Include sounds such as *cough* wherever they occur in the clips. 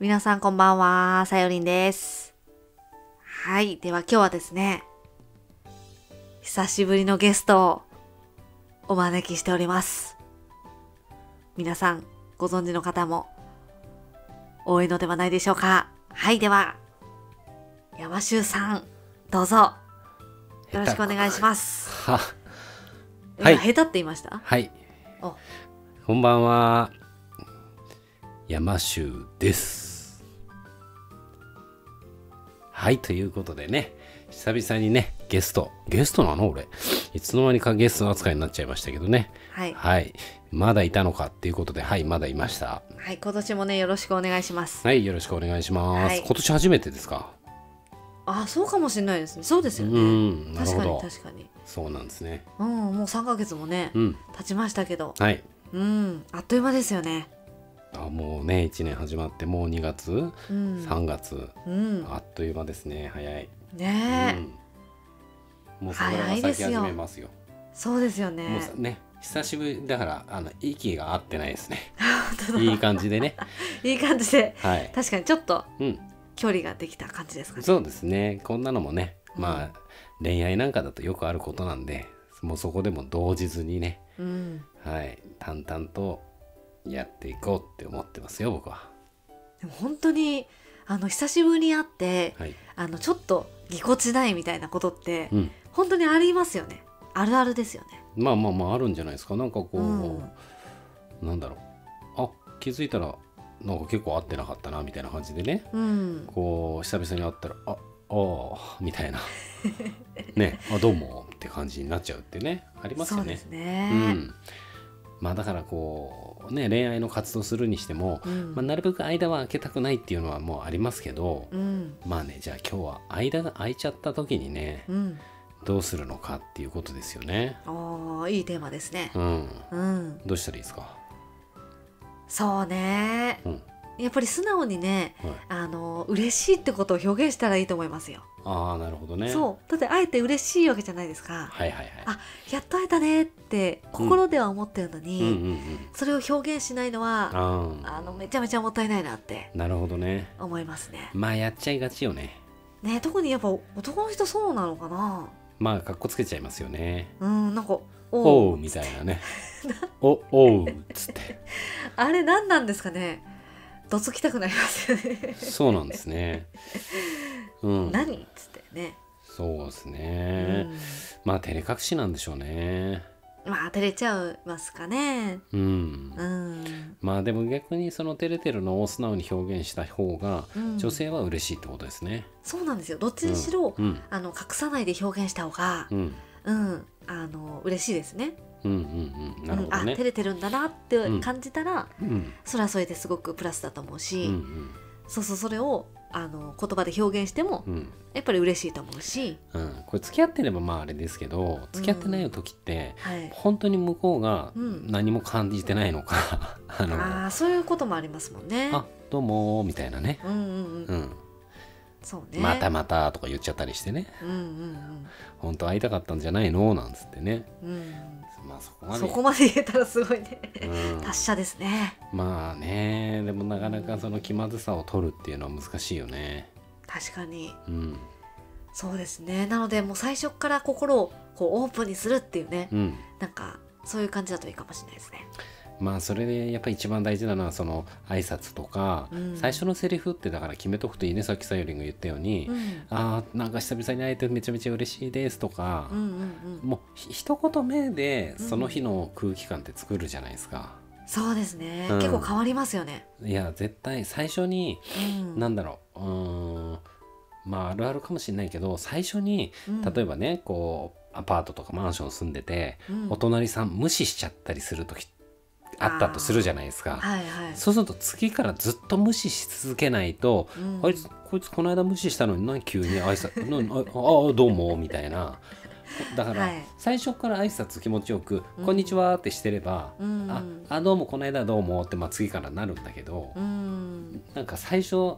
皆さんこんばんは、さよりんです。はい、では今日はですね、久しぶりのゲストをお招きしております。皆さんご存知の方も多いのではないでしょうか。はい、では、山修さん、どうぞよろしくお願いします。はは、はいい下手って言いましたはいおこんばんは山州ですはいということでね久々にねゲストゲストなの俺いつの間にかゲスト扱いになっちゃいましたけどねはい。はいまだいたのかっていうことではいまだいましたはい、今年もね、よろしくお願いします。はいよろしくお願いしまはす、い今年初めてですかあ、そうかもしれないですね。そうですうよね。んなる確ほかにど確かに。そうなんですねうん、もう3ヶ月もね、うん経ちましたけど、はいうん、あっという間ですよね。あもうね1年始まってもう2月、うん、 3月うん、あっという間ですね早いねえ、うん、もうそこから咲き始めますよ。そうですよもうねさ。ね久しぶりだからあの息が合ってないです *laughs* ね。本当だいい感じでね。いい感じで、 *laughs* はい。確かにちょっとうん。距離ができた感じですかね。そうですね。こんなのもね、まあ恋愛なんかだとよくあることなんで、もうそこでも動じずにね、うん、はい、淡々とやっていこうって思ってますよ僕は。でも本当にあの久しぶりに会って、はい。あのちょっとぎこちないみたいなことって、うん。本当にありますよね。あるあるですよね。まあまあまああるんじゃないですか。なんかこう、うんなんだろう。あ気づいたらなんか結構合ってなかったなみたいな感じでね。うん、こう久々に会ったら「あああ」*laughs* みたいな「ねあどうも」って感じになっちゃうってねありますそようでねす。うね。ん、まあだからこうね恋愛の活動するにしても、うんまあ、なるべく間は空けたくないっていうのはもうありますけど、うん、まあねじゃあ今日は間が空いちゃった時にねうん、どうするのかっていうことですよね。おーいいテーマですね。うんうん、どうしたらいいですか、そうね。うんやっぱり素直にね、はいあの嬉しいってことを表現したらいいと思いますよ。ああなるほどね。そうだってあえて嬉しいわけじゃないですか。はいはいはい。あやっと会えたねって心では思ってるのうにん、うんうん。それを表現しないのはああのめちゃめちゃもったいないなってあなるほどね。思いますね。まあやっちゃいがちよね。ね特にやっぱ男の人そうなのかな。まあ、かっこつけちゃいますよね。うんなんかおおううみたいなね。おおうっつって。あれ何なんですかね。どつきたくなりますよね。そうなんですね。うん。何っつってね。そうですうね。ん、まあ、照れ隠しなんでしょうね。まあ照れちゃいますかね。うん。うん。まあ、でも逆にその照れてるのを素直に表現した方が、うん女性は嬉しいってことですね。そうなんですよ。どっちうんにしろ、うん。あの隠さないで表現した方がう、ん。うん、あの嬉しいですね。うんうんうん。なるうほどん、あね照。れてるんだなって感じたら、うん。それはそれですごくプラスだと思ううんし、うんそうそうそれをあの言葉で表現してもうん。やっぱり嬉しいと思うし、うん。これ付き合ってればまああれですけど、付き合ってない時って、はい、本当に向こうがうん何も感じてないのか、 *laughs* あのあーそういうこともありますもんね。あどうもーみたいなね、うんうんう、うんんそうね。またまたとか言っちゃったりしてねうんうん本当会いたかったんじゃないのなんつってねうんうん。まあそこまでそこまで言えたらすごいね。うん達者ですね。まあねでもなかなかその気まずさを取るっていうのは難しいよね確かに。うんそうですね。なのでもう最初から心をこうオープンにするっていうね、うんなんかそういう感じだといいかもしれないですね。まあそれでやっぱり一番大事なのはその挨拶とか、うん最初のセリフってだから決めとくといいねさっきさゆりんが言ったように「うん、あーなんか久々に会えてめちゃめちゃ嬉しいです」とか、うんうんうん。もうひ一言目でうんその日の空気感って作るじゃないですか、そうですね。うん結構変わりますよね。いや絶対最初にうん、何だろううーんまああるあるかもしれないけど最初に例えばね、こうアパートとかマンション住んでて、うんお隣さん無視しちゃったりする時あったとするじゃないですかはいはい。そうすると次からずっと無視し続けないと、うんあいつこいつこの間無視したのに何急に挨 *laughs* 拶なあああどうもみたいなだから、はい最初から挨拶気持ちよく「うんこんにちは」ってしてれば「うんああどうもこの間どうも」って、まあ、次からなるんだけど、うん。なんか最初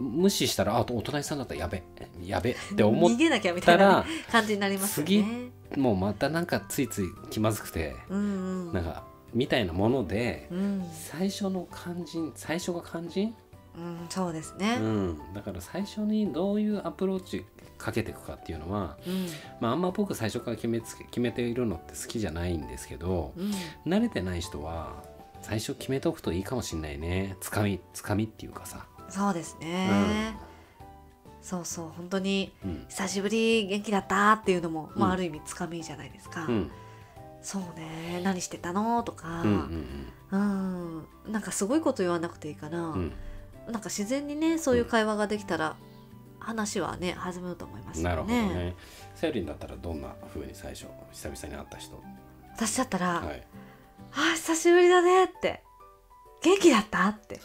無視したら「あお隣さんだったらやべやべ」って思っ逃げなきゃみたたいならね感じになりますよ次ね。もうまたなんかついつい気まずくて、うんうん。なんかみたいなものでうん最初の肝心最初が肝心うん、そうですねう。ん、だから最初にどういうアプローチかけていくかっていうのは、うん、まあ、あんま僕最初から決めつけ決めているのって好きじゃないんですけどうん、慣れてない人は最初決めておくといいかもしんないねつかみつかみっていうかさ、そうですね。そうそう、本当にうん久しぶり元気だったっていうのも、まあうんある意味つかみじゃないですか。うんそうね、何してたのとか、ううんうんん、なんかすごいこと言わなくていいかな。うんうんなんか自然にね、そういう会話ができたら、話はね、弾むと思いますよね。なるほどね。セオリンだったらどんな風に最初久々に会った人、私だったら、はい、あー久しぶりだねって元気だったって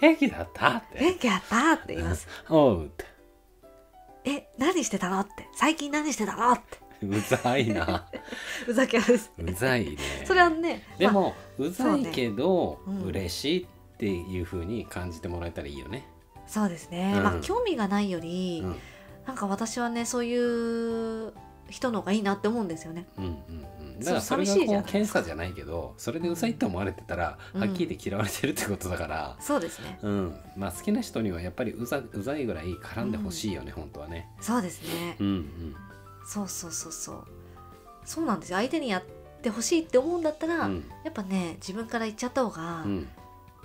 元気だったっ元て。気だったって言い *laughs* ます。おうって。え何してたのって最近何してたのってうざい *laughs* な。ふざけやです。うざいね。それはね、でまあ、も、うざいけど、そうねうん嬉しいっていう風に感じてもらえたらいいよね。そうですね、うんまあ興味がないより、うんなんか私はねそういう人の方がいいなって思うんですよね。うんうんうん。だからそれがそう寂しいじこゃうない検査じゃないけどそれでうざいって思われてたら、うんはっきり嫌われてるってことだから、そうですね。うんまあ、好きな人にはやっぱりうざうざいぐらい絡んでほしいよね、本当はね。そうですねう。んうんそうそうそうそう。そうなんですよ。相手にやってほしいって思うんだったら、うんやっぱね自分から言っちゃった方がうん、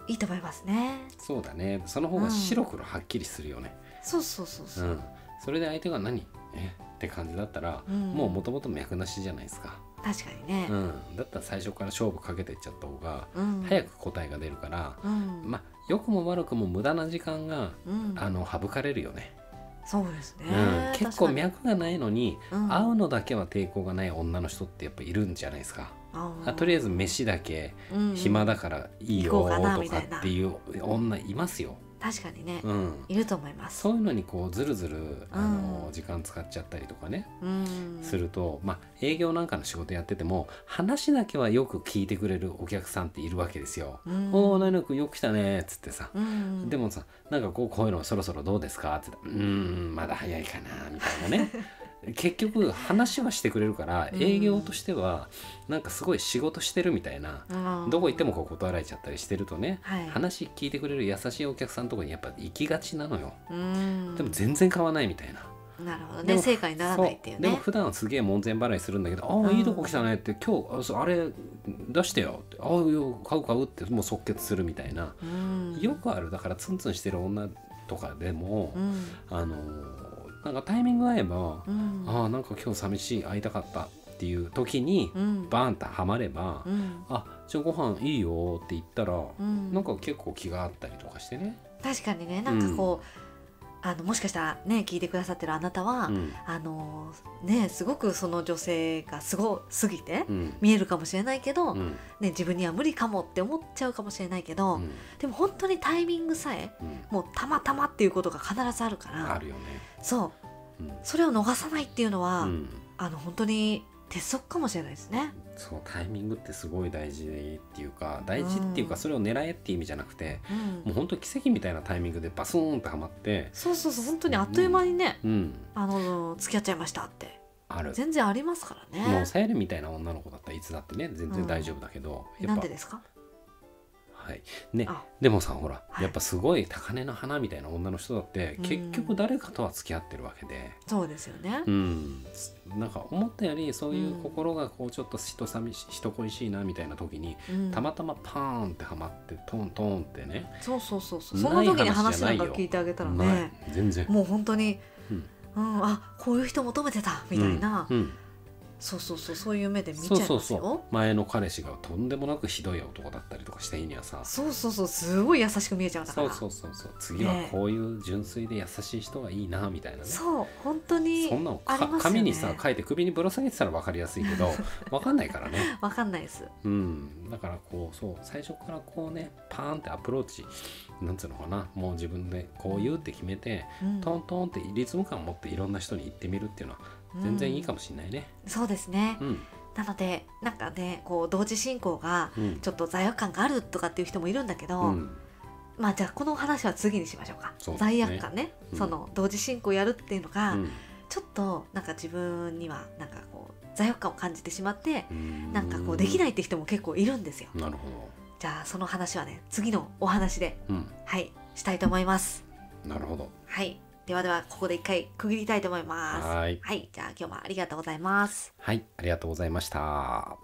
いいと思いますね。そうだねその方が白黒はっきりするよね。そうそうそううそんう。それで相手が何えって感じだったら、うんもうもともと脈なしじゃないですか、確かにねう。ん、だったら最初から勝負かけていっちゃった方がうん。早く答えが出るから、うん。まあ良くも悪くも無駄な時間がうん、あの省かれるよね、そうですね、うん、結確構かに脈がないのに、うん会うのだけは抵抗がない女の人ってやっぱいるんじゃないですか、あとりりあえず飯だけあえず、うん暇だからいいよ行こうかなとみたかいなっていう女いますよ、確かにね、うん、いると思いますそういうのにこうずるずるあうんの時間使っちゃったりとかね、うんすると、まあ、営業なんかの仕事やってても話だけはよく聞いてくれるお客さんっているわけですよ。うんおお何々君よく来たねっつってさ、うんでもさなんかこうこういうのそろそろどうですかって言ったらうーんまだ早いかなみたい *laughs* なね結局話はしてくれるからうん営業としてはなんかすごい仕事してるみたいな。うんどこ行ってもこう断られちゃったりしてるとね、はい話聞いてくれる優しいお客さんのとこにやっぱ行きがちなのよ。うんでも全然買わないみたいな。なるほどでねも成果にならないっていうそでもね普段はすげえ門前払いするんだけど「ああ、うんいいとこ来たね」って「今日あそうあれ出してよ」って「ああよ買う買う」ってもう即決するみたいな、うんよくあるだからツンツンしてる女とかでも、うんあのーなんかタイミングが合えばう「んああなんか今日寂しい会いたかった」っていう時にうんバーンとはまれば「うんあじゃあご飯いいよ」って言ったら、うんなんか結構気があったりとかしてね。確かにねなんかこう、あのもしかしたらね聞いてくださってるあなたは、うんあのねすごくその女性がすごすぎて、うん見えるかもしれないけど、うんうんね、自分には無理かもって思っちゃうかもしれないけど、うんでも本当にタイミングさえもうたまたまっていうことが必ずあるかあらるよね。そううんそれを逃さないっていうのは、うんあの本当に鉄則かもしれないですね。そうタイミングってすごい大事っていうか大事っていううかんそれを狙えっていう意味じゃなくて、うんもう本当奇跡みたいなタイミングでバスーンとはまってそうそうそう本当にあっという間にね、うんあの付き合っちゃいましたってある全然ありますからもうね。さゆりみたいな女の子だったらいつだってね全然大丈夫だけど、やなっんぱでですかはいねあでもさほら、はいやっぱすごい高嶺の花みたいな女の人だってうん結局誰かとは付き合ってるわけで。そうですよねう。ん、なんか思ったよりそういううん心がこうちょっと人寂し人恋しいなみたいな時にうんたまたまパーンってはまってトントンってねそうそうそうそうなそいんな時に話話じゃなないんよか聞いてあげたらないね全然もう本当に、うんうんあこういう人求めてたみたいな、うんうんそうそうそうそういう目で見ちゃいそうますよ。そうそう前の彼氏がとんでもなくひどい男だったりとかした日にはさそうそうそうすごい優しく見えちゃうんだかそうらそうそうそう次はこういう純粋で優しい人がいいなみたいなねそう本当にそんなのありか、ますよね紙にさ書いて首にぶら下げてたら分かりやすい *laughs* けど分かんないからね、わかんないですうん、だからこうそう最初からこうねパーンってアプローチなんつうのかなもう自分でこう言うって決めて、うんトントンってリズム感を持っていろんな人に言ってみるっていうのは全然いいかもしれないね。そうですねうん、なのでなんかねこう同時進行がうんちょっと罪悪感があるとかっていう人もいるんだけど、うんまあじゃあこの話は次にしましょうかそうですね罪悪感ね、うんその同時進行やるっていうのが、うんちょっとなんか自分にはなんかこう罪悪感を感じてしまってなな。んかこうできないいって人も結構いるんですよなるほじゃあその話はね次のお話でど。うん。はいしたいと思います。なるほど。はい。ではでは、ここで一回区切りたいと思います。はーいはい。じゃあ今日もありがとうございます。はい、ありがとうございました。